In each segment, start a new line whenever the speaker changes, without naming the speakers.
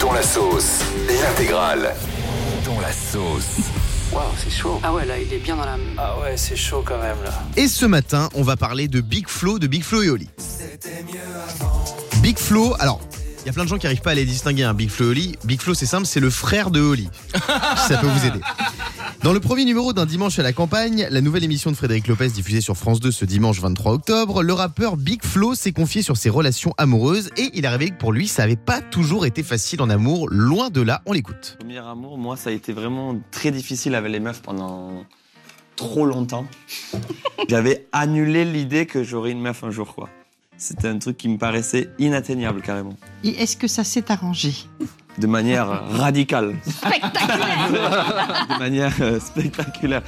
Dont la sauce. L'intégrale.
Dans la sauce.
Waouh, c'est chaud.
Ah ouais, là, il est bien dans la.
Ah ouais, c'est chaud quand même là.
Et ce matin, on va parler de Big Flo, de Big Flo et Oli. Big Flo, alors. Il y a plein de gens qui n'arrivent pas à les distinguer, hein, Big Flo et Oli. Big Flo, c'est simple, c'est le frère de Oli. Si ça peut vous aider. Dans le premier numéro d'un dimanche à la campagne, la nouvelle émission de Frédéric Lopez diffusée sur France 2 ce dimanche 23 octobre, le rappeur Big Flo s'est confié sur ses relations amoureuses et il a révélé que pour lui, ça n'avait pas toujours été facile en amour. Loin de là, on l'écoute.
Premier amour, moi, ça a été vraiment très difficile avec les meufs pendant trop longtemps. J'avais annulé l'idée que j'aurais une meuf un jour, quoi. C'était un truc qui me paraissait inatteignable, carrément.
Et est-ce que ça s'est arrangé
De manière radicale. Spectaculaire De manière euh, spectaculaire.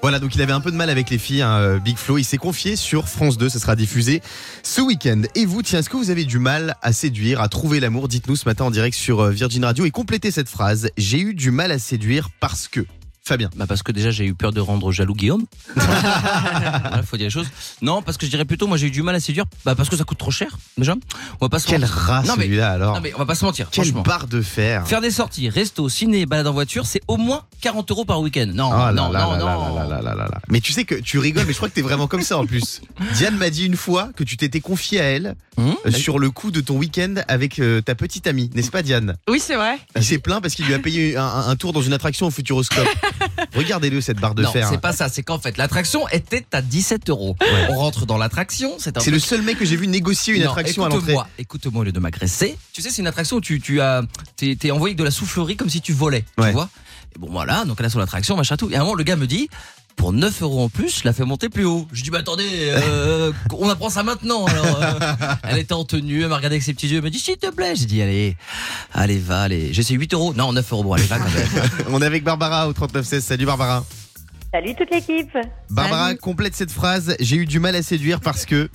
Voilà, donc il avait un peu de mal avec les filles, hein, Big Flo. Il s'est confié sur France 2, ce sera diffusé ce week-end. Et vous, tiens, est-ce que vous avez du mal à séduire, à trouver l'amour Dites-nous ce matin en direct sur euh, Virgin Radio et complétez cette phrase. J'ai eu du mal à séduire parce que. Fabien.
Bah parce que déjà j'ai eu peur de rendre jaloux Guillaume. voilà, faut dire les choses. Non, parce que je dirais plutôt moi j'ai eu du mal à séduire bah parce que ça coûte trop cher déjà. On va pas se
Quelle
mentir.
race
Non, mais-
celui-là alors
Non mais on va pas se mentir
Quelle
franchement.
barre de fer
Faire des sorties, resto, ciné, balade en voiture, c'est au moins 40 euros par week-end. Non,
Ah là
non,
là
non,
là
non.
là là là là là là. Mais tu sais que tu rigoles, mais je crois que t'es vraiment comme ça en plus. Diane m'a dit une fois que tu t'étais confié à elle
Hum
euh, sur le coup de ton week-end avec euh, ta petite amie, n'est-ce pas Diane
Oui, c'est vrai.
Il s'est plaint parce qu'il lui a payé un, un- un tour dans une attraction au Futuroscope. Regardez-le cette barre de
non,
fer.
c'est pas ça. C'est qu'en fait, l'attraction était à 17 euros. On rentre dans l'attraction. C'est un
C'est le seul mec que j'ai vu négocier une
Non,
attraction à l'entrée.
écoute-moi, Écoute-moi, au lieu de m'agresser, tu sais, c'est une attraction où tu, tu as, t'es, t'es envoyé avec de la soufflerie comme si tu volais,
Ouais.
tu vois. Et bon, voilà, donc là, sur l'attraction, machin, tout. Et à un moment, le gars me dit, pour 9 euros en plus, je la fais monter plus haut. Je dis, bah attendez, euh, on apprend ça maintenant. Alors, euh, elle était en tenue, elle m'a regardé avec ses petits yeux, elle m'a dit, s'il te plaît. J'ai dit, allez, allez, va, allez. J'ai essayé 8 euros. Non, 9 euros, bon, allez, va quand même.
On est avec Barbara au 3916. Salut Barbara.
Salut toute l'équipe. Euh,
Barbara,
Salut.
complète cette phrase. J'ai eu du mal à séduire parce que.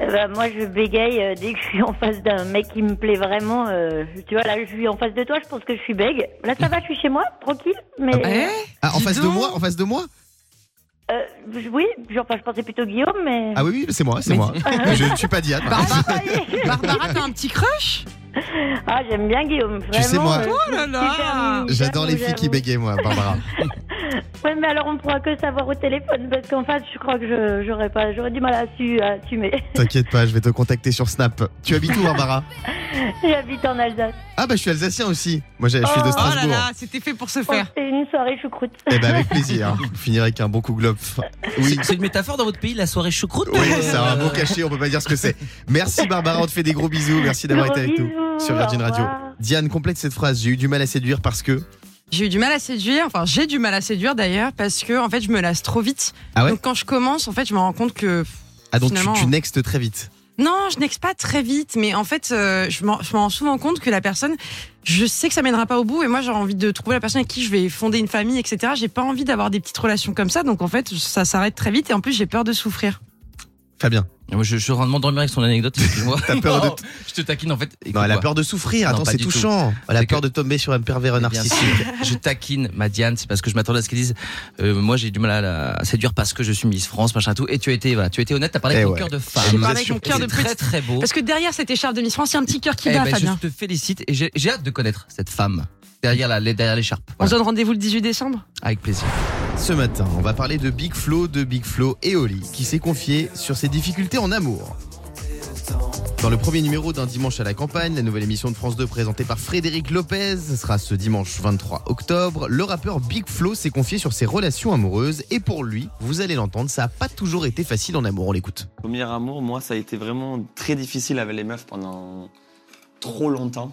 Euh, bah, moi, je bégaye euh, dès que je suis en face d'un mec qui me plaît vraiment. euh, tu vois, là, je suis en face de toi, je pense que je suis bègue. Là, ça va, je suis chez moi, tranquille. Mais
Eh
Ah, en
Dis
face de
donc.
moi En face de moi
euh, je- oui, genre, enfin, je pensais plutôt Guillaume, mais.
Ah oui, oui, c'est moi, c'est
Mais-
moi. Je ne suis pas Diane.
Barbara,
Ah, oui.
Barbara, t'as un petit crush
Ah, j'aime bien Guillaume. Vraiment,
Tu sais, moi,
euh,
Oh là
super
là
mimi,
J'adore les
j'avoue,
filles qui
j'avoue.
bégayent, moi, Barbara.
Ouais, mais alors on pourra que savoir au téléphone parce qu'en face, je crois que je- j'aurais pas, j'aurais du mal à assu- à assumer.
T'inquiète pas, je vais te contacter sur Snap. Tu habites où, Barbara
J'habite en Alsace.
Ah, bah, je suis alsacien aussi. Moi, j'ai- je suis de
Oh.
Oh là
Strasbourg.
là, c'était fait pour se
On
faire.
se fait une soirée choucroute.
Eh ben, avec plaisir. Finir avec un bon coup globe. Oui.
C'est une métaphore dans votre pays, la soirée choucroute.
Oui,
euh,
c'est un mot caché, on peut pas dire ce que c'est. Merci Barbara, on te fait des gros bisous. Merci d'avoir
Gros
été avec nous
bisous,
sur Virgin
au
Radio.
revoir.
Diane, complète cette phrase. J'ai eu du mal à séduire parce que.
J'ai eu du mal à séduire, enfin j'ai du mal à séduire d'ailleurs parce que en fait je me lasse trop vite.
Ah ouais
Donc quand je commence, en fait je me rends compte que
Ah, donc tu,
Finalement.
hein.
tu nextes très vite.
non, je n'exe pas très vite, mais en fait euh, je m'en je me rends souvent compte que la personne, je sais que ça mènera pas au bout et moi j'ai envie de trouver la personne avec qui je vais fonder une famille, etc. J'ai pas envie d'avoir des petites relations comme ça, donc en fait ça s'arrête très vite et en plus j'ai peur de souffrir.
Ah,
Fabien,
Moi, je, je suis en train de m'endormir avec son anecdote, excuse-moi.
T'as peur de-
Non, Je te taquine en fait.
non, elle a
Écoute-moi.
peur de souffrir.
Non,
Attends,
pas
c'est
du tout.
touchant. Elle a
C'est
peur
que- Eh
de tomber sur un pervers
Bien
narcissique.
sûr. je taquine ma Diane, c'est parce que je m'attendais à ce qu'ils disent. euh, moi, j'ai du mal à, la- à séduire parce que je suis Miss France, machin tout. Et tu as été, voilà, tu as été honnête, t'as parlé
Eh
avec ton
ouais.
cœur de
J'ai
femme.
parlé
Et
avec
c'est
mon cœur de
très
petite.
très beau.
Parce que derrière cette écharpe de Miss France, il y a un petit cœur qui
Eh
bat,
ben,
Fabien.
je te félicite et j'ai j'ai hâte de connaître cette femme derrière la derrière l'écharpe.
On se
Voilà.
donne rendez-vous le 18 décembre.
Avec plaisir.
Ce matin, on va parler de Big Flo, de Big Flo et Oli, qui s'est confié sur ses difficultés en amour. Dans le premier numéro d'un dimanche à la campagne, la nouvelle émission de France 2 présentée par Frédéric Lopez, ce sera ce dimanche 23 octobre, le rappeur Big Flo s'est confié sur ses relations amoureuses et pour lui, vous allez l'entendre, ça n'a pas toujours été facile en amour, on l'écoute.
Premier amour, moi, ça a été vraiment très difficile avec les meufs pendant trop longtemps.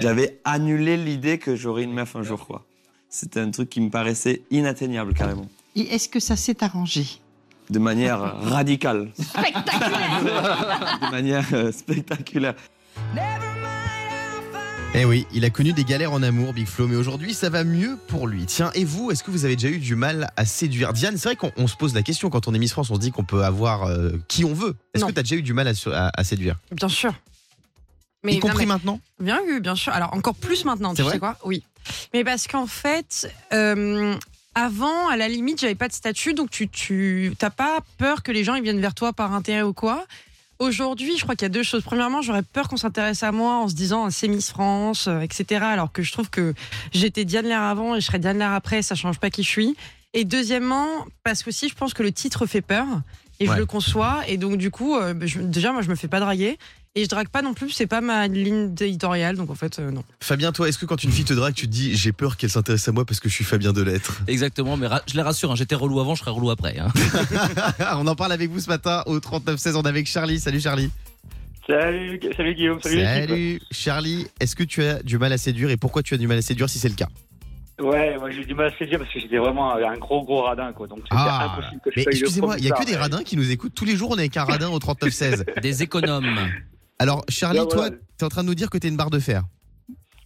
J'avais annulé l'idée que j'aurais une meuf un jour, quoi. C'était un truc qui me paraissait inatteignable, carrément.
Et est-ce que ça s'est arrangé
De manière radicale. Spectaculaire De manière euh, spectaculaire.
Eh oui, il a connu des galères en amour, Big Flo, mais aujourd'hui ça va mieux pour lui. Tiens, et vous, est-ce que vous avez déjà eu du mal à séduire Diane C'est vrai qu'on on se pose la question quand on est Miss France, on se dit qu'on peut avoir euh, qui on veut. Est-ce
Non.
que t'as déjà eu du mal à, se- à- à séduire
Bien sûr. Mais,
Y compris
non,
maintenant
mais bien, oui, bien sûr. Alors encore plus maintenant,
C'est
tu
vrai
sais quoi Oui. Mais parce qu'en fait, euh, avant, à la limite, j'avais pas de statut, donc tu tu t'as pas peur que les gens ils viennent vers toi par intérêt ou quoi. aujourd'hui, je crois qu'il y a deux choses. Premièrement, j'aurais peur qu'on s'intéresse à moi en se disant Ah, c'est Miss France, euh, etc. Alors que je trouve que j'étais Diane Lair avant et je serai Diane Lair après, ça change pas qui je suis. Et deuxièmement, parce que aussi, je pense que le titre fait peur et
Ouais.
je le conçois. Et donc, du coup, euh, je- déjà, moi, je me fais pas draguer et je drague pas non plus. C'est pas ma ligne éditoriale, donc en fait, euh, non.
Fabien, toi, est-ce que quand une fille te drague, tu te dis j'ai peur qu'elle s'intéresse à moi parce que je suis Fabien Delettre
Exactement, mais ra- je les rassure, hein, j'étais relou avant, je serai relou après. hein.
Ah, On en parle avec vous ce matin au 3916. On est avec Charlie. Salut Charlie.
Salut, Gu- salut Guillaume, salut, l'équipe.
Salut Charlie. Est-ce que tu as du mal à séduire et pourquoi tu as du mal à séduire si c'est le cas
Ouais, moi j'ai eu du mal à saisir parce que j'étais vraiment un gros gros radin quoi. Donc c'était
Ah,
impossible que je
Mais
fasse le
excusez-moi,
premier
il y a que
pas.
des radins qui nous écoutent. Tous les jours, on est avec un radin au 3916.
Des économes.
Alors Charlie,
Non,
toi,
voilà.
t'es en train de nous dire que t'es une barre de fer.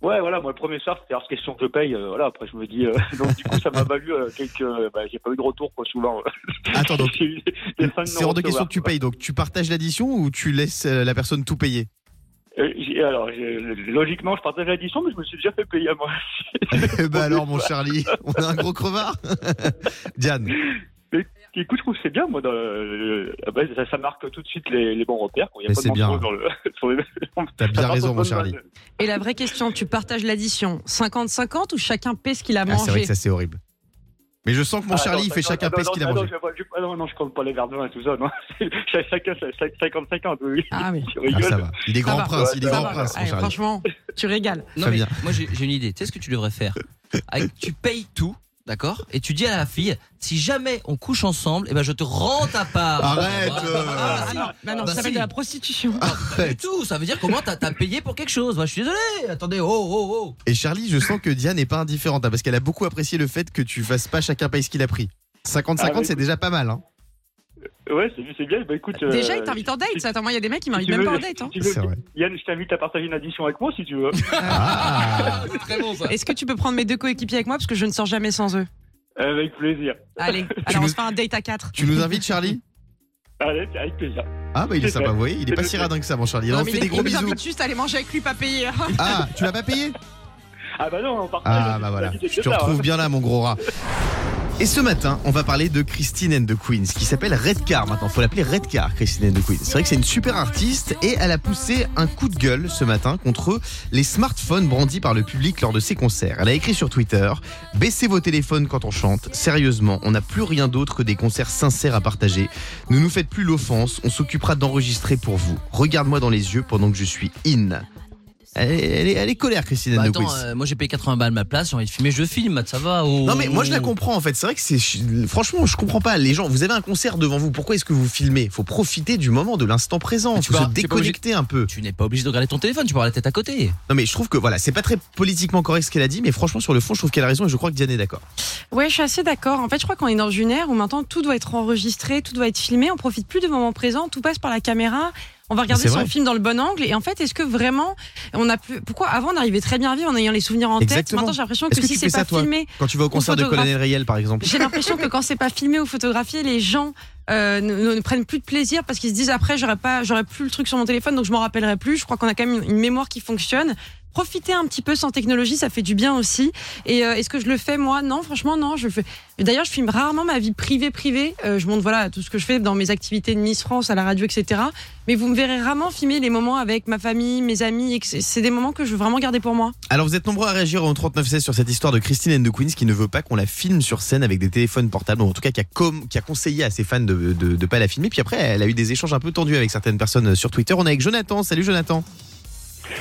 Ouais, voilà, moi le premier soir c'était hors question que je paye. euh, voilà, après je me dis, euh, donc du coup ça m'a valu euh, quelques. euh, bah, j'ai pas eu de retour quoi, souvent.
Attends, donc
J'ai eu des fins de
c'est hors de question
non-recevoir,
que tu
quoi.
payes. Donc tu partages l'addition ou tu laisses euh, la personne tout payer
Euh, j'ai- alors, j'ai- logiquement, je partage l'addition, mais je me suis déjà fait payer à moi.
Eh ben alors, mon Charlie, on a un gros crevard. Diane,
Écoute, je trouve que c'est bien, moi. dans le- euh, bah, ça, ça marque tout de suite les, les bons repères. quoi. Il y a
Mais
pas de
c'est bien.
manque dans le- sur les-
t'as
ça
bien
marque
raison,
sur
mon
le bonne
Charlie.
base.
Et la vraie question, tu partages l'addition 50-50 ou chacun paie ce qu'il a
Ah, c'est vrai
mangé
que ça, c'est horrible. Mais je sens que mon
Ah, attends,
Charlie, il fait
attends,
chacun
attends,
paix ce qu'il a
attends,
mangé.
je- je- ah non, non, je compte pas les verres de vin et tout ça, non. Ch- Chacun, c'est- c'est 50-50, oui.
Ah oui.
Tu
Ah,
rigoles.
ça va. Il est
Ça
grand
va.
prince, il est
Ça
grand
va.
prince, mon
Allez,
Charlie.
franchement, tu régales.
Non, mais
Fabien.
moi j'ai j'ai une idée. Tu sais ce que tu devrais faire Ah, Tu payes tout, d'accord Et tu dis à la fille si jamais on couche ensemble, eh ben je te rends ta part.
Arrête,
Voilà.
euh.
Ah, si.
Bah non,
Bah
ça s'appelle
si.
de la prostitution.
Ah,
Pas du tout. Ça veut dire qu'au moins t'as t'as payé pour quelque chose. Moi, je suis désolé. Attendez, oh, oh, oh.
Et Charlie, je sens que Diane n'est pas indifférente hein, parce qu'elle a beaucoup apprécié le fait que tu fasses pas chacun paye ce qu'il a pris. 50-50,
Ah, oui.
c'est déjà pas mal. Hein.
Ouais, c'est c'est bien, bah écoute.
Déjà,
euh,
il t'invite en date.
si-
Attends, moi, il y a des mecs qui
si
m'invitent
tu
même
veux-
pas en date. hein.
si tu veux,
C'est vrai.
Yann, je t'invite à partager une addition avec moi si tu veux.
Ah.
Très bon ça.
Est-ce que tu peux prendre mes deux coéquipiers avec moi parce que je ne sors jamais sans eux
avec plaisir.
Allez, alors
nous-
on se fait un date à quatre.
tu nous invites, Charlie
Allez, avec plaisir.
Ah, bah il est
C'est
sympa,
vrai.
vous voyez, il est pas si radin que ça, mon Charlie. Là,
Non,
on
mais
fait
il-
des gros
il nous
bisous.
invite juste à aller manger avec lui, pas payer.
Ah, tu l'as pas payé
Ah bah non, on partage.
Ah bah voilà,
C'est
je te
ça,
retrouve
hein.
bien là mon gros rat. Et ce matin, on va parler de Christine and the Queens, qui s'appelle Redcar maintenant. Faut l'appeler Redcar, Christine and the Queens. C'est vrai que c'est une super artiste et elle a poussé un coup de gueule ce matin contre les smartphones brandis par le public lors de ses concerts. Elle a écrit sur Twitter Baissez vos téléphones quand on chante. Sérieusement, on n'a plus rien d'autre que des concerts sincères à partager. Ne nous faites plus l'offense, on s'occupera d'enregistrer pour vous. Regarde-moi dans les yeux pendant que je suis in. Elle est, elle est- elle est colère, Christine and the
attends,
Queens.
euh, moi j'ai payé 80 balles ma place, j'ai envie de filmer, je filme, ça va. oh.
Non mais moi je la comprends en fait. C'est vrai que c'est franchement je comprends pas les gens. Vous avez un concert devant vous. Pourquoi est-ce que vous filmez Faut profiter du moment, de l'instant présent.
Mais tu
Faut
peux-
se
tu peux pas obligé-
déconnecter un peu.
Tu n'es pas obligé de regarder ton téléphone, tu peux avoir la tête à côté.
Non mais je trouve que voilà c'est pas très politiquement correct ce qu'elle a dit, mais franchement sur le fond je trouve qu'elle a raison et je crois que Diane est d'accord.
Ouais, je suis assez d'accord. En fait, je crois qu'on est dans une ère où maintenant tout doit être enregistré, tout doit être filmé. On profite plus du moment présent, tout passe par la caméra. On va regarder
C'est
son
vrai.
film dans le bon angle. Et en fait, est-ce que vraiment on a plus Pourquoi avant on arrivait très bien à vivre en ayant les souvenirs en
Exactement.
tête Maintenant, j'ai l'impression
Est-ce
que
que
si
tu
c'est
fais ça,
pas
toi
filmé,
Quand tu vas au concert de
photographe.
Colonel Riel par exemple.
J'ai l'impression que quand c'est pas filmé ou photographié, les gens euh, ne, ne prennent plus de plaisir parce qu'ils se disent après j'aurais pas, j'aurais plus le truc sur mon téléphone donc je m'en rappellerai plus. Je crois qu'on a quand même une, une mémoire qui fonctionne. Profitez un petit peu sans technologie, ça fait du bien aussi. Et euh, est-ce que je le fais moi Non, franchement non. Je le fais. D'ailleurs, je filme rarement ma vie privée privée. Euh, je montre voilà tout ce que je fais dans mes activités de Miss France, à la radio, etc. Mais vous me verrez rarement filmer les moments avec ma famille, mes amis. et que c'est- C'est des moments que je veux vraiment garder pour moi.
Alors vous êtes nombreux à réagir au 3916 sur cette histoire de Christine and the Queens qui ne veut pas qu'on la filme sur scène avec des téléphones portables, ou en tout cas qui a, com- qui a conseillé à ses fans de ne pas la filmer. Puis après elle a eu des échanges un peu tendus avec certaines personnes euh, sur Twitter. On est avec Jonathan. Salut Jonathan.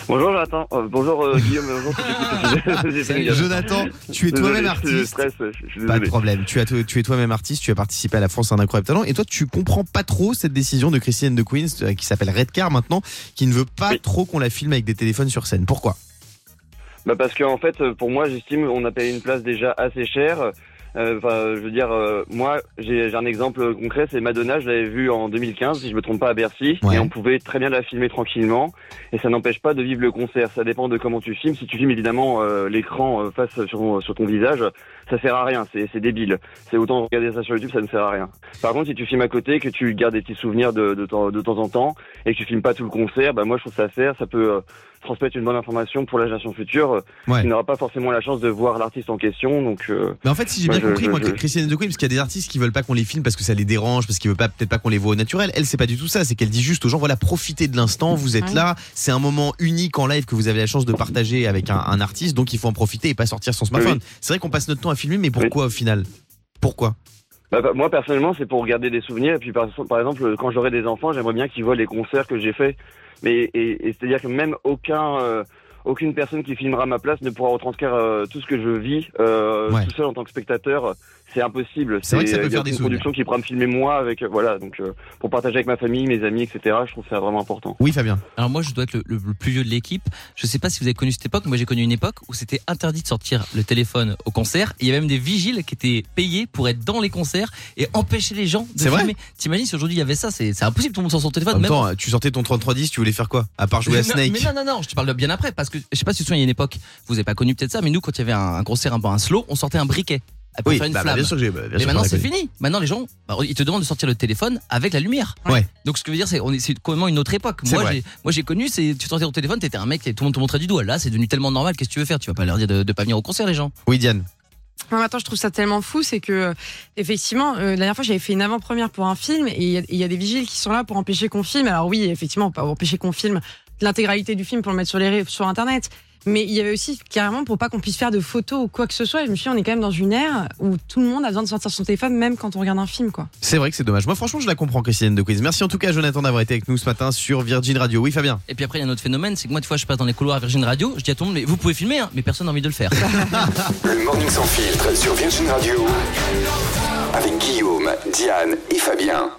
Bonjour Jonathan, Euh, bonjour euh, Guillaume, bonjour toute l'équipe. J'ai fait une gaffe.
Jonathan, tu es
Désolé,
toi-même
Je
artiste.
stresse, je suis
Pas de
désolé.
problème. Tu, as, tu es toi-même artiste, tu as participé à La France a un incroyable talent et toi tu comprends pas trop cette décision de Christiane de Queens euh, qui s'appelle Redcar maintenant qui ne veut pas
Oui.
trop qu'on la filme avec des téléphones sur scène. Pourquoi
Bah parce qu'en fait, euh, pour moi, j'estime on a payé une place déjà assez chère. Euh, Enfin, je veux dire, euh, moi, j'ai j'ai un exemple concret, c'est Madonna, je l'avais vue en 2015, si je me trompe pas, à Bercy,
Ouais.
et on pouvait très bien la filmer tranquillement, et ça n'empêche pas de vivre le concert, ça dépend de comment tu filmes, si tu filmes évidemment euh, l'écran euh, face sur, sur ton visage, ça sert à rien, c'est c'est débile, c'est autant regarder ça sur YouTube, ça ne sert à rien. Par contre, si tu filmes à côté, que tu gardes des petits souvenirs de, de, temps- de temps en temps, et que tu filmes pas tout le concert, bah moi je trouve ça sert, ça peut... euh, transmettre une bonne information pour la génération future, euh,
Ouais.
qui n'aura pas forcément la chance de voir l'artiste en question. Donc, euh,
Mais en fait, si j'ai
moi,
bien
je-
compris,
je-
moi,
je-
Christiane de Queen, parce qu'il y a des artistes qui veulent pas qu'on les filme parce que ça les dérange, parce qu'ils veulent pas, peut-être pas qu'on les voit au naturel. Elle, c'est pas du tout ça. C'est qu'elle dit juste aux gens, voilà, profitez de l'instant, vous êtes
Ouais.
là. C'est un moment unique en live que vous avez la chance de partager avec un, un artiste, donc il faut en profiter et pas sortir son smartphone. C'est vrai qu'on passe notre temps à filmer, mais pourquoi au final Pourquoi
Bah, bah, moi personnellement, c'est pour garder des souvenirs. Et puis par, par exemple, quand j'aurai des enfants, j'aimerais bien qu'ils voient les concerts que j'ai faits. Mais et, et c'est-à-dire que même aucun euh, aucune personne qui filmera à ma place ne pourra retranscrire euh, tout ce que je vis euh,
Ouais.
tout seul en tant que spectateur. C'est impossible.
C'est vrai que ça peut
il y a
faire des
aucune
souvenirs.
production qui pourra me filmer moi avec euh, voilà donc euh, pour partager avec ma famille, mes amis, etc. Je trouve ça vraiment important.
Oui, Fabien.
Alors moi, je dois être le, le- le plus vieux de l'équipe. Je sais pas si vous avez connu cette époque. Moi, j'ai connu une époque où c'était interdit de sortir le téléphone au concert. Il y avait même des vigiles qui étaient payés pour être dans les concerts et empêcher les gens de
C'est vrai
filmer. T'imagines si aujourd'hui il y avait ça, c'est c'est impossible. Tout le monde sort son téléphone.
En même
même
temps, tu sortais ton 3310, tu voulais faire quoi À part jouer à
Non, Mais
Snake
non, non, non, je te parle de bien après, parce que je sais pas si tu te souviens, il y a une époque, vous avez pas connu peut-être ça, mais nous, quand il y avait un, un concert un peu un slow, on sortait un briquet pour
Oui,
faire une
bah, bah,
flamme.
bien sûr que j'ai. bah, bien sûr
mais
qu'on
maintenant
l'a
c'est
connu.
fini. Maintenant les gens, bah, ils te demandent de sortir le téléphone avec la lumière.
Ouais.
Donc ce que je veux dire c'est, on est- c'est complètement une autre époque.
C'est
Moi
vrai.
j'ai, moi j'ai connu, c'est tu sortais ton téléphone, t'étais un mec, et tout le monde te montrait du doigt. Là c'est devenu tellement normal, qu'est-ce que tu veux faire Tu vas pas leur dire de, de pas venir au concert les gens.
Oui, Diane.
Non, mais attends, je trouve ça tellement fou, c'est que euh, effectivement, euh, la dernière fois j'avais fait une avant-première pour un film et il y a- il y, a des vigiles qui sont là pour empêcher qu'on filme. Alors oui, effectivement, pas empêcher qu'on filme l'intégralité du film pour le mettre sur les ré- sur internet. Mais il y avait aussi carrément pour pas qu'on puisse faire de photos ou quoi que ce soit. Et je me suis dit, on est quand même dans une ère où tout le monde a besoin de sortir son téléphone, même quand on regarde un film, quoi.
C'est vrai que c'est dommage. Moi, franchement, je la comprends, Christiane de Quiz. Merci en tout cas, Jonathan, d'avoir été avec nous ce matin sur Virgin Radio. Oui, Fabien.
Et puis après il y a un autre phénomène, c'est que moi des fois je passe dans les couloirs à Virgin Radio, je dis à tout le monde mais vous pouvez filmer, hein, mais personne n'a envie de le faire.
Le Morning Sans Filtre sur Virgin Radio. Avec Guillaume, Diane et Fabien.